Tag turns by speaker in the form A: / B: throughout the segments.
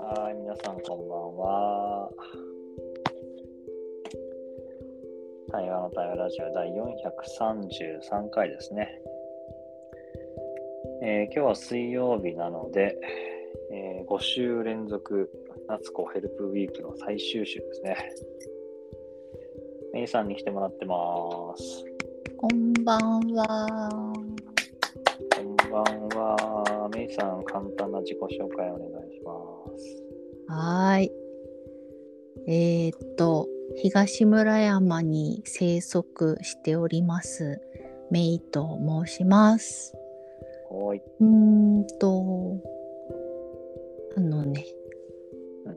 A: はい、皆さんこんばんは。対話の対話ラジオ第433回ですね。えー今日は水曜日なので、え5週連続夏子ヘルプウィークの最終週ですね。メイさんに来てもらってます。
B: こんばんは。
A: こんばんは。メイさん、簡単な自己紹介お願いします。
B: はーい。えーっと、東村山に生息しております。メイと申します。
A: はい。
B: うーんと、あのね
A: うん、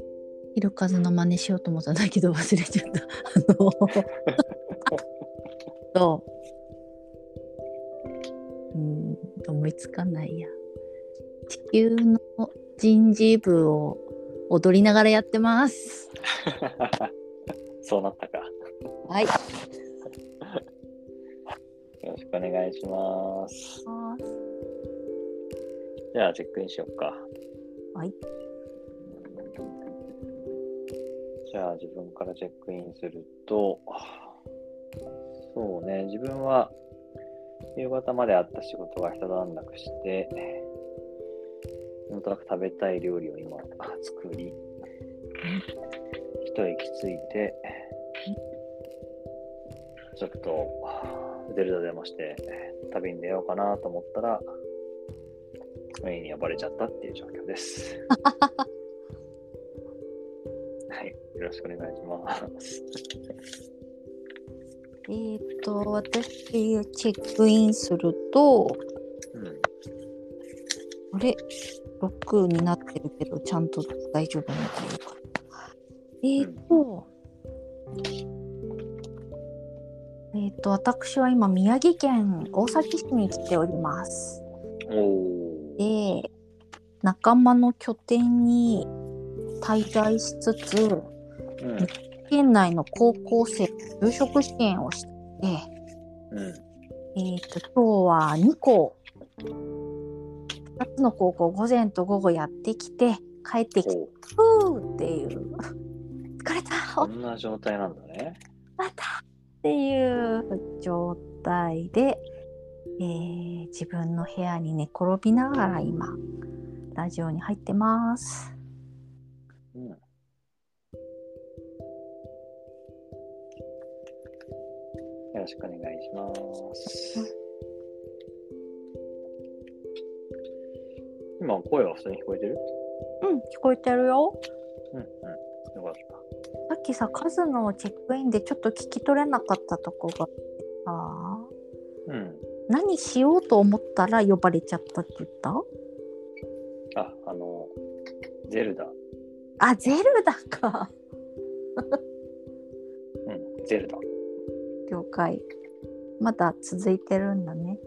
B: ひろかずの真似しようと思ったんだけど忘れちゃった。あ の、と、うーんと思いつかないや。地球の人事部を踊りながらやってます。
A: そうなったか。
B: はい。
A: よろしくお願いします。じゃあ、チェックインしよっか。
B: はい。
A: じゃあ、自分からチェックインすると、そうね、自分は夕方まであった仕事が一段落して、なんとなく食べたい料理を今作り、一息ついて、ちょっとデルタ出まして、旅に出ようかなと思ったら、メインに呼ばれちゃったっていう状況 です。はい、よろしくお願いします。
B: えーっと、私、チェックインすると、
A: うん、
B: あれ ?6 になってるけど、ちゃんと大丈夫なのかどうか。えーっと、えーっと、私は今、宮城県大崎市に来ております。
A: おー、
B: で、仲間の拠点に滞在しつつ、
A: うん、
B: 県内の高校生の就職支援をして、
A: うん、
B: えー、と今日は2校2つの高校午前と午後やってきて帰ってきて
A: お
B: ふーっていう疲れた
A: こ
B: お疲
A: んな状態なんだね。
B: れたっていう状態で、えー自分の部屋に寝転びながら今ラジオに入ってます。
A: うん。よろしくお願いします。今、声は普通に聞こえてる
B: うん聞こえてるよ。
A: うんうん。よかった。
B: さっきさカズのチェックインでちょっと聞き取れなかったとこがあって
A: う
B: さ
A: ん。
B: 何しようと思ったら呼ばれちゃったって言った
A: あ、あの、ゼルダ。
B: あゼルダか
A: うん、ゼルダ。
B: 了解まだ続いてるんだね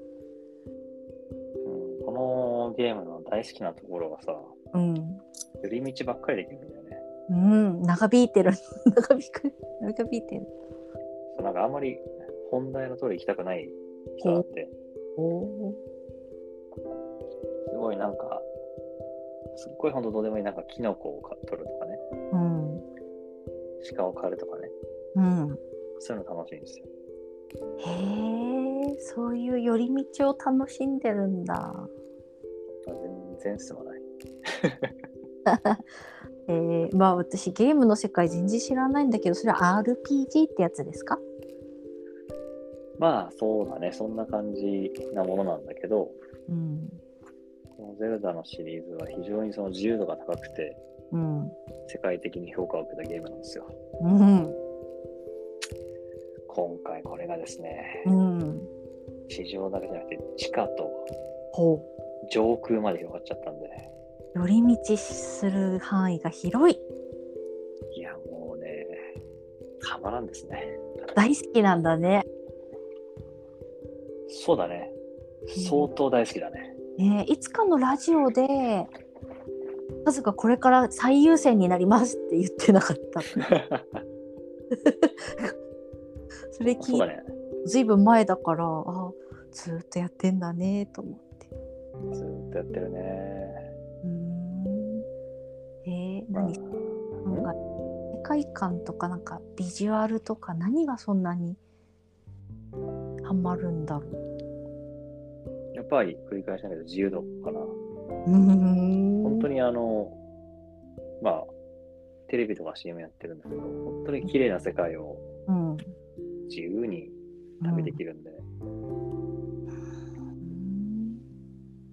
A: うん、このゲームの大好きなところはさ、
B: うん
A: 寄り道ばっかりできるんだよね。
B: うん長引いてる 長引く長引いてる
A: そうなんかあんまり本題の通り行きたくない人だって、
B: おお
A: すごいなんか、すっごいほんとどうでもいい、なんかキノコをか取るとかね、
B: うん
A: 鹿を狩るとかね、
B: うん
A: そういうの楽しいんですよ。
B: へえそういう寄り道を楽しんでるんだ
A: まあ全然進まない。
B: えー、まあ私ゲームの世界全然知らないんだけどそれは RPG ってやつですか
A: まあそうだね、そんな感じなものなんだけど、
B: うん
A: このゼルダのシリーズは非常にその自由度が高くて、
B: うん
A: 世界的に評価を受けたゲームなんですよ。
B: うん
A: 今回これがですね、
B: うん
A: 地上だけじゃなくて地下と
B: ほう
A: 上空まで広がっちゃったんで、
B: 寄り道する範囲が広い
A: いやもうね、たまらんですね。
B: 大好きなんだね。
A: そうだね。相当大好きだね。
B: ねえいつかのラジオでカズがこれから最優先になりますって言ってなかったそれ
A: そう
B: 聞
A: だ
B: いて
A: ね。
B: ずいぶん前だからあずーっとやってんだねと思って
A: ずーっとやってるね。
B: うーんえー、
A: まあ
B: 何なんか世界観とかなんかビジュアルとか何がそんなにハマるんだろう。
A: やっぱり繰り返しだけど自由度かな。
B: 本
A: 本当にあの、まあ、テレビとか CM やってるんだけど、本当に綺麗な世界を
B: うん、
A: 自由に旅できるんで、
B: うん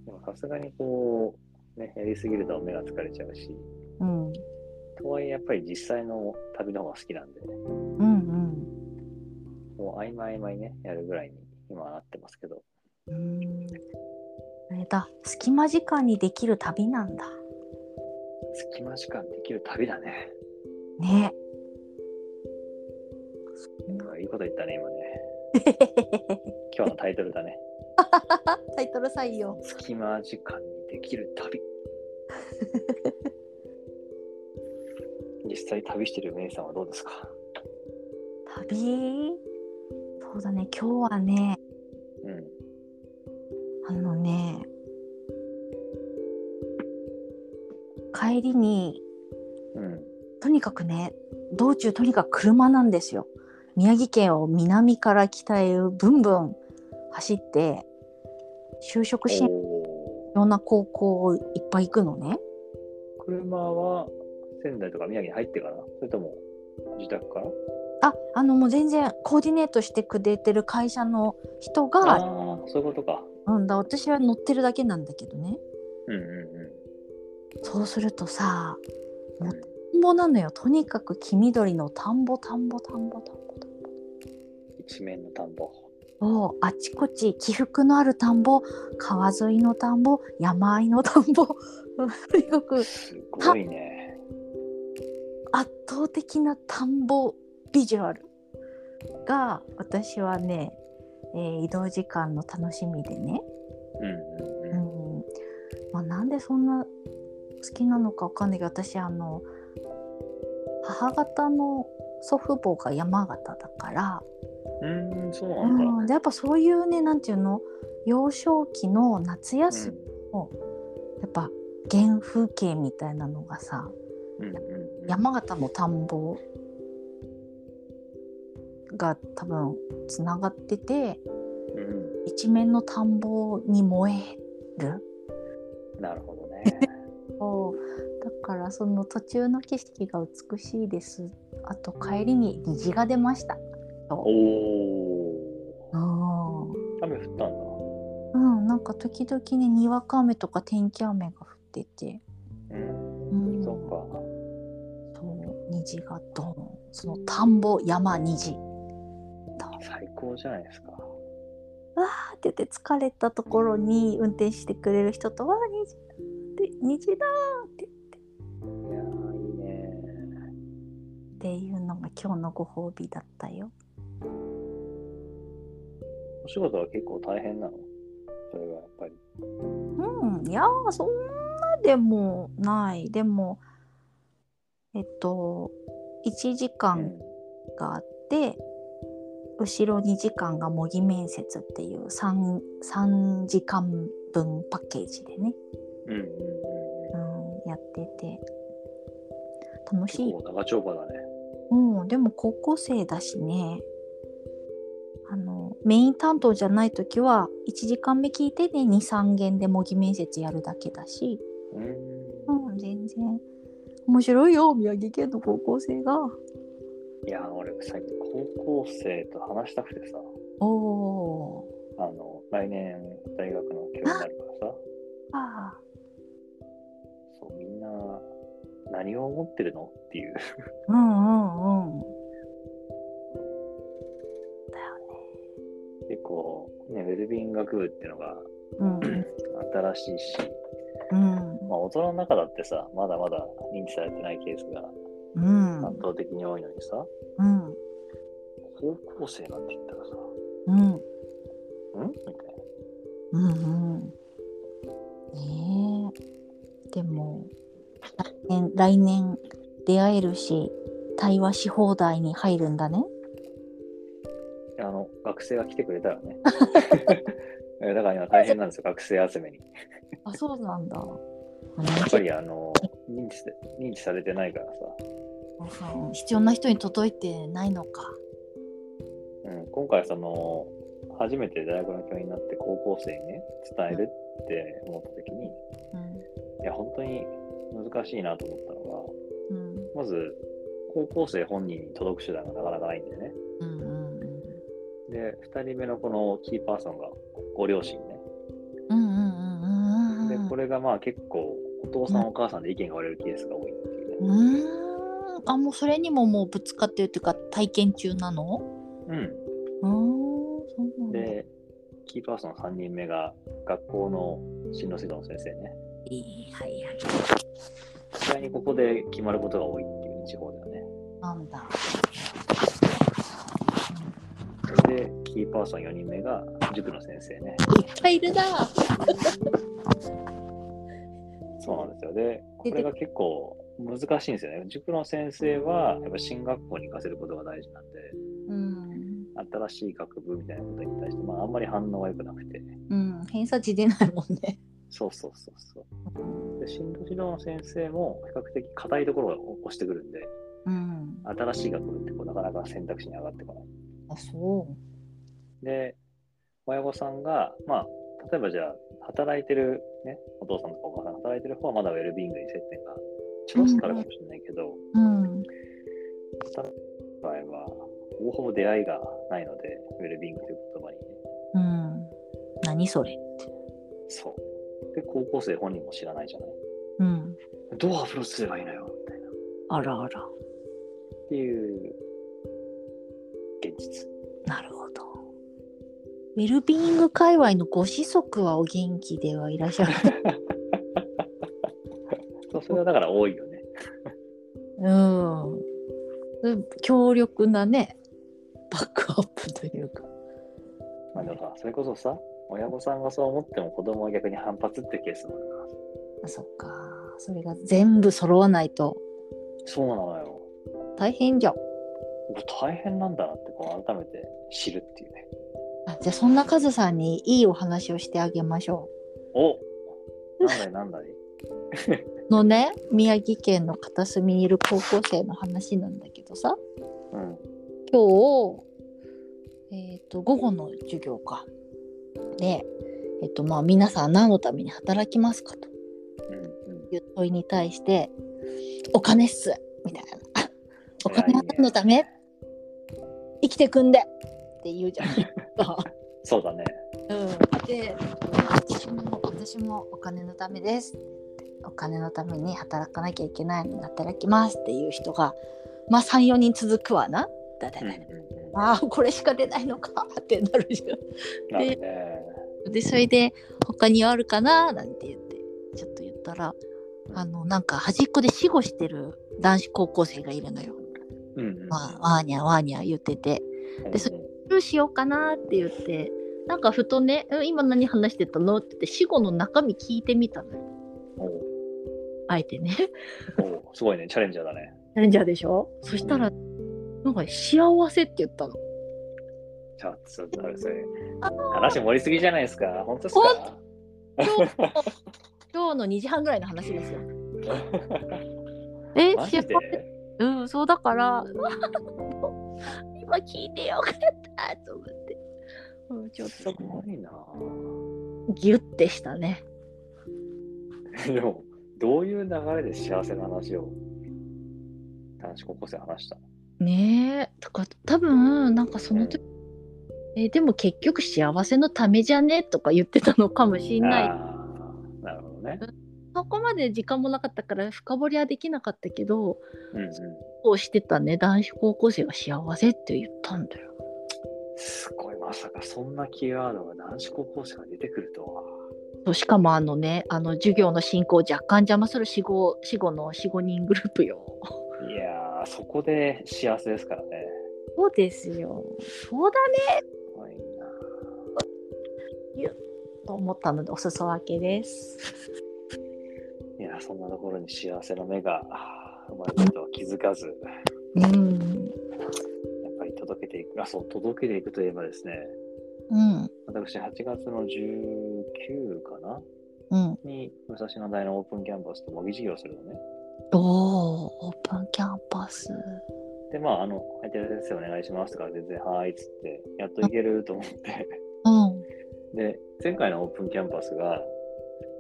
A: でもさすがにこう、ね、やりすぎると目が疲れちゃうし、
B: うん
A: とはいえやっぱり実際の旅の方が好きなんで、
B: うん
A: もう合間合間にね、やるぐらいに今はなってますけど、
B: うんあれだ隙間時間にできる旅なんだ
A: 隙間時間できる旅だね。
B: ね。
A: うわいいこと言ったね、今ね。今日のタイトルだ ね。
B: タイトル採用。
A: 隙間時間にできる 旅。実際旅してるメイさんはどうですか
B: 旅そうだね今日はね
A: うん。
B: あのね帰りに
A: うん。
B: とにかくね道中とにかく車なんですよ宮城県を南から北へブンブン走って就職支援い
A: おー
B: ろんな高校いっぱい行くのね
A: 車は仙台とか宮城に入ってからそれとも自宅から
B: ああのもう全然コーディネートしてくれてる会社の人
A: ああ
B: が、
A: そういうことか。
B: なんだ私は乗ってるだけなんだけどね
A: うんうんう
B: そうすると
A: ん。
B: さも田んぼなのよとにかく黄緑の田んぼ田んぼ田んぼ田んぼ田んぼ
A: 一面の田んぼ。
B: をあちこち起伏のある田んぼ川沿いの田んぼ山あいの田んぼ とにかく
A: すごいね。
B: 圧倒的な田んぼビジュアルが私はね、えー移動時間の楽しみでね、
A: うんうん
B: う
A: うん。
B: んまあ、なんでそんな好きなのかわかんないけど私あの母方の祖父母が山形だから、
A: うーん、そうな
B: うんん、
A: だ。
B: でやっぱそういうねなんていうの幼少期の夏
A: う
B: 休み
A: ん
B: やっぱ原風景みたいなのがさ
A: うんうんうん、
B: 山形の田んぼが多分つながってて
A: う
B: 一面の田んぼに燃える
A: ん、なるほどね。
B: だからその途中の景色が美しいですあと帰りに虹が出ました
A: おお
B: うん
A: ー。雨降ったんだ。
B: うんなんか時々ねにわか雨とか天気雨が降ってて、
A: うん。
B: うん、
A: そ
B: そう
A: っか。
B: 虹がドーンその田んぼ山虹
A: 最高じゃないですか。
B: って言って疲れたところに運転してくれる人と「わあ虹だ!」って「虹だ!」って
A: いやーいいね。
B: っていうのが今日のご褒美だったよ。
A: お仕事は結構大変なのそれはやっぱり。
B: うんいやーそんなでもないでもえっと1時間があって、後ろ2時間が模擬面接っていう 3, 3時間分パッケージでね、
A: うんうんうんうん。
B: うん、やってて楽しいよ
A: 結構長丁場だね。
B: うん、でも高校生だしねあのメイン担当じゃない時は1時間目聞いてね23件で模擬面接やるだけだし、
A: う
B: うん、全然面白いよ宮城県の高校生が。
A: ん。いやー俺最近高校生と話したくてさ、
B: おお
A: あの来年大学の教員になるからさ、
B: ーあ
A: そうみんな何を思ってるのっていう。
B: ーうんうんうん
A: 結構ねウェルビーイング学部っていうの が
B: うん
A: 新しいし、
B: うん
A: まあ大人の中だってさまだまだ認知されてないケースが
B: うん
A: 圧倒的に多いのにさ、
B: うん
A: 高校生なんて言ったらさ、
B: うん
A: んみたいな。
B: うんうんねえでも来年来年出会えるし対話し放題に入るんだね
A: あ の学生が来てくれたらね。だから今大変なんですよ、学生集めに。
B: あ、そうなんだ。
A: やっぱりあの認知認知されてないからさ、
B: うん必要な人に届いてないのか。
A: うん、今回その初めて大学の教員になって高校生にね伝えるって思った時に、
B: うん。
A: いや本当に難しいなと思ったの
B: うん。
A: がまず高校生本人に届く手段がなかなかないんだよね
B: うん。うん。
A: で2人目のこのキーパーソンがご両親ね
B: うん。うん。うん。
A: でこ
B: れ。
A: れがまあ結構お父さんお母さんで意見が割れるケースが多いっていうね
B: うーん。あ、もうそれにももうぶつかってるっていうか、体験中なの。
A: うん
B: ああ、そうなんだ。
A: で、キーパーソン3人目が学校の進路指導の先生ね。
B: いいはいはい。
A: 意外にここで決まることが多いっていうね地方ではね。
B: なんだ。
A: で、キーパーソン4人目が塾の先生ね。
B: いっぱいいるな。
A: そうなんですよ。で、これが結構難しいんですよね。塾の先生はやっぱ進学校に行かせることが大事なんで、
B: うん。
A: 新しい学部みたいなことに対して、まあ、あんまり反応が良くなくて。
B: うん。偏差値出ないもんね。
A: そうそうそうそう。で、進路指導の先生も比較的硬いところを押してくるんで、
B: うん。
A: 新しい学部ってこうなかなか選択肢に上がってこない。
B: あ、そ
A: で、親御さんが、まあ、例えばじゃあ、働いてる、ね、お父さんとかお母さんが働いてる方はまだウェルビーイングに接点がちょろっとあるかもしれないけど、
B: う。うん。
A: 働く場合は、ほぼほぼ出会いがないので、ウェルビーイングという言葉にね。
B: うん。何それ。
A: そう。で、高校生本人も知らないじゃない。
B: うん。
A: どうアプローチすればいいのよ、みたいな。っ
B: あらあら。
A: ていう、現実。
B: なるほど。ウェルビーイング界隈のご子息はお元気ではいらっしゃる。
A: そうそれはだから多いよね。
B: うん。強力なね、バックアップというか。
A: まあでもさ、それこそさ、親御さんがそう思っても子供は逆に反発ってケースもあるからさ
B: あそっか。それが全部揃わないと
A: そうなのよ。
B: 大変じゃん。
A: 大変なんだなってこう改めて知るっていうね。
B: あじゃあそんなカズさんにいいお話をしてあげましょ。
A: おなんだいなんだいう
B: のね、宮城県の片隅にいる高校生の話なんだけどさ、
A: うん。
B: 今日、えー、と午後の授業か。で、えっとまあ、皆さん何のために働きますかと
A: うん
B: いう問いに対して「お金っす」みたいなあ「お金は何のため生きてくんで」って言う じゃないですか。
A: そうだね。
B: うん、で私も私もお金のためですお金のために働かなきゃいけないのに働きますっていう人がまあ34人続くわな。だだ
A: う
B: だ
A: んう
B: だ
A: んうん。
B: ああこれしか出ないのかってなるじゃ
A: なるね。
B: ん。でそれで他にあるかななんて言ってちょっと言ったらあのなんか端っこで死後してる男子高校生がいるのよ。
A: うんうん。
B: まあ、わーにゃわーにゃ言っててでそどうしようかなって言ってなんかふとね「うん今何話してたの?」って言って死後の中身聞いてみたのよ
A: お
B: あえてね。チ
A: おすごいね。チャレンジャーだね。
B: ャレンジャーでしょそしたら、なんか幸せって言 ったの。
A: ちょっと、ちょっとあれそれ。話盛りすぎじゃないですか。本当ですか
B: 今日の今日の2時半ぐらいの話ですよ。え
A: マジで
B: うん、そうだから、 今聞いてよかったと思って、うん、ちょっ
A: す
B: と
A: ごいな
B: ギュッてしたね。
A: でも、どういう流れで幸せの話を男子高校生話した
B: ねえ、だから多分なんかその時、えでも結局幸せのためじゃねとか言ってたのかもしれない。
A: あーなるほどね。
B: そこまで時間もなかったから深掘りはできなかったけど、
A: うんうん。
B: こうしてたね、男子高校生が幸せって言ったんだよ。
A: すごい、まさかそんなキーワードが男子高校生が出てくるとは。
B: そうしかもあのね、あの授業の進行を若干邪魔する死後死後の4、5人グループよ。
A: いやー、そこで幸せですからね。
B: そうですよ。そうだね
A: すごいな
B: と思ったのでお裾分けです。
A: いやー、そんなところに幸せの目があー生まれてるとは気づかず、やっ
B: うん。
A: ぱり届けていく、あ、そう、届けていくといえばですね、
B: うん。
A: 私、8月の19かな
B: うん。
A: に、武蔵野大のオープンキャンパスと模擬授業をするのね。
B: おー、オープンキャンパス。
A: で、まあ、あの、相手先生お願いしますとから、全然、はーいっつって、やっといけると思って。
B: うん。
A: で、前回のオープンキャンパスが、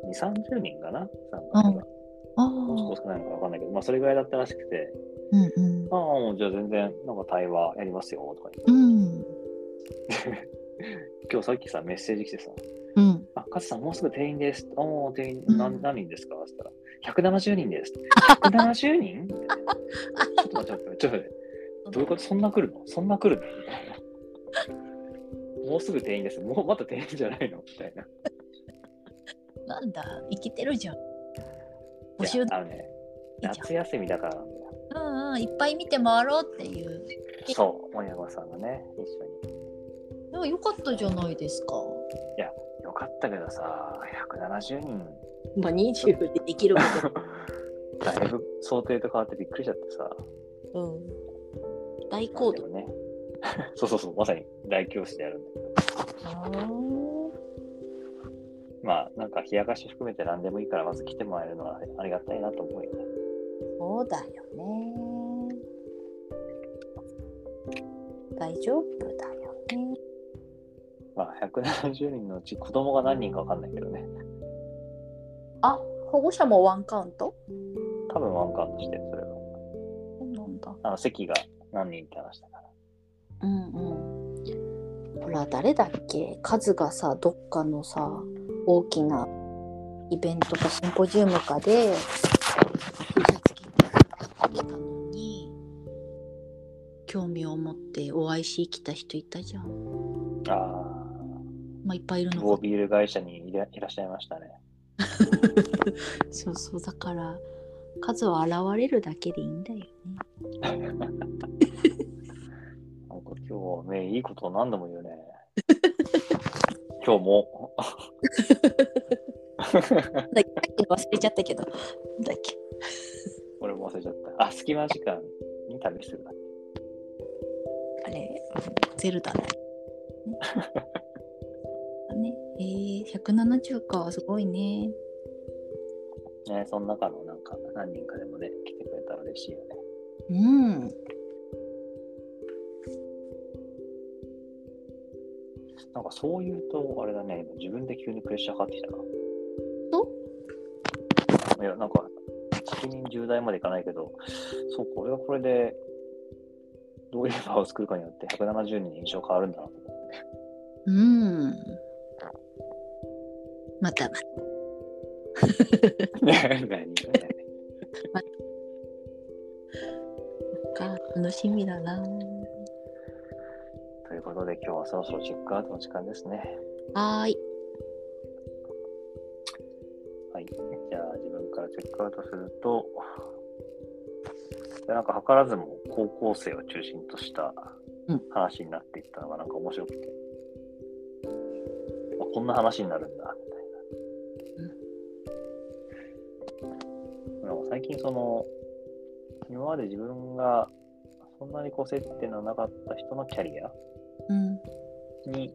A: 2、30人かな参加者が。
B: ああ。
A: もう少ないのかわかんないけど、まあ、それぐらいだったらしくて、
B: うんうん。
A: ああ、もうじゃあ全然、なんか対話やりますよ、とか言って
B: うん。
A: 今日さっきさ、メッセージ来てさ、
B: うん。
A: あ、勝さん、もうすぐ定員です。あ、もう定員、
B: うん
A: 何何人ですかって言ったら、170人です。170人みたいなちょっと待って、ちょっと待って、どういうことそんな来るのそんな来るのみたいな。もうすぐ定員です。もうまた定員じゃないのみたいな。
B: なんだ、生きてるじゃん。募集
A: い
B: い
A: やあのね、
B: いじ
A: 夏休みだからなんだよ。
B: ゃん。うんうん、いっぱい見て回ろうっていう。
A: そう、森山さんがね、一緒に。
B: でもよかったじゃないですか。
A: よかったけどさ、170人、
B: まあ、20でできるわ
A: だいぶ想定と変わってびっくりしちゃってさ。
B: け。うん。大行
A: で
B: 動。
A: もね。 そうそうそう、まさに大教師でやるんだけど。
B: ああ。
A: まあ、なんか冷やかし含めて何でもいいから、まず来てもらえるのはありがたいなと思うよね。
B: そうだよね。大丈夫だよね。
A: まあ、170人のうち子供が何人かわかんないけどね。
B: あ、保護者もワンカウント
A: 多分ワンカウントしてる、それは。
B: そうなんだ。
A: あの、席が何人って話したから。
B: うんうん。ほら、誰だっけカズがさ、どっかのさ、大きなイベントかシンポジウムかで、T シャツ着てきたのに、興味を持ってお会いし来た人いたじゃん。
A: あ
B: まあ、いっぱいいる
A: あ、
B: の
A: 某
B: か。
A: ビール会社にいらいらっしゃいましたね。
B: そうそう、だから、カズは現れるだけでいいんだよね。
A: なんか今日、ね、いいことを何度も言うね。今日も。
B: なんだっけさっきの忘れちゃったけど、なんだっけ。
A: 俺も忘れちゃった。あ、隙間時間に旅するだ。
B: あれ、ゼルダだよね。ねえー、170か、すごいね。
A: ね、その中のなんか何人かでもね、来てくれたら嬉しいよね。
B: うん。
A: なんかそういうと、あれだね、今自分で急にプレッシャーかかってきたな。いや、なんか、責任重大までいかないけど、そうか、俺はこれで、どういう場を作るかによって170人の印象変わるんだなと思って。
B: うん。またまた。
A: ね、何言うね
B: か楽しみだな。
A: ということで、今日はそろそろチェックアウトの時間ですね。
B: はーい。
A: はい。じゃあ、自分からチェックアウトすると、でなんか図らずも高校生を中心とした
B: うん
A: 話になっていったのがなんか面白くて、あこんな話になるんだ、みたいな。なんか最近その、今まで自分がそんなにこう接点のなかった人のキャリア
B: うん。
A: に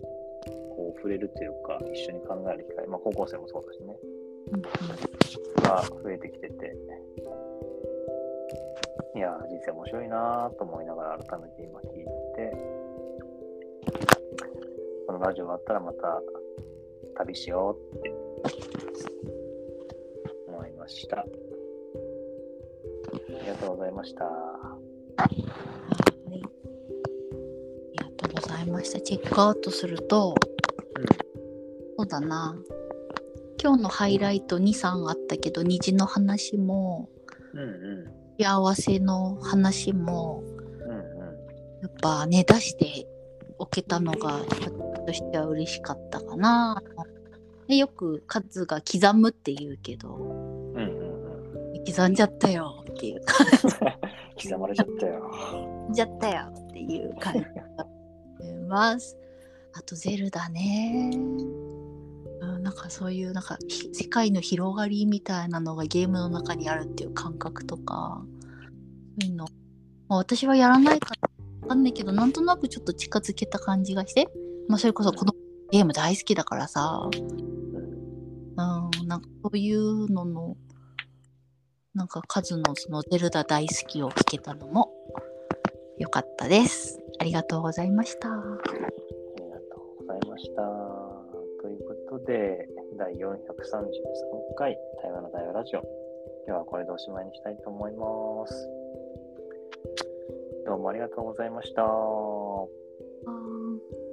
A: こう触れるというか、一緒に考える機会、まあ高校生もそうだしね、
B: うん
A: が増えてきてて、いやー、人生面白いなーと思いながら改めて今聞いて、このラジオ終わったらまた旅しようって思いました。ありがとうございました。
B: はい。ありがとうございました。チェックアウトすると、そうだな。今日のハイライト2、3あったけど、虹の話も、
A: うんう
B: 幸せの話も、
A: ん。うんうん。
B: やっぱね、出しておけたのが、私としては嬉しかったかな。でよく数が刻むって言うけど、
A: うんうんうん。
B: 刻んじゃったよっていう感
A: 刻まれちゃったよ。
B: じだったよっていう感じがします。 あと、ゼルダね。うん、なんかそういうなんかひ世界の広がりみたいなのがゲームの中にあるっていう感覚とかそういうの、まあ、私はやらないからわかんないけどなんとなくちょっと近づけた感じがして、まあ、それこそ子供ゲーム大好きだからさ、
A: うん
B: うん、なんなんかそういうののなんか数のそのゼルダ大好きを聞けたのも良かったです。ありがとうございました。
A: ありがとうございました。ということで、第433回、台湾の台湾ラジオ。今日はこれでおしまいにしたいと思います。どうもありがとうございました。
B: あー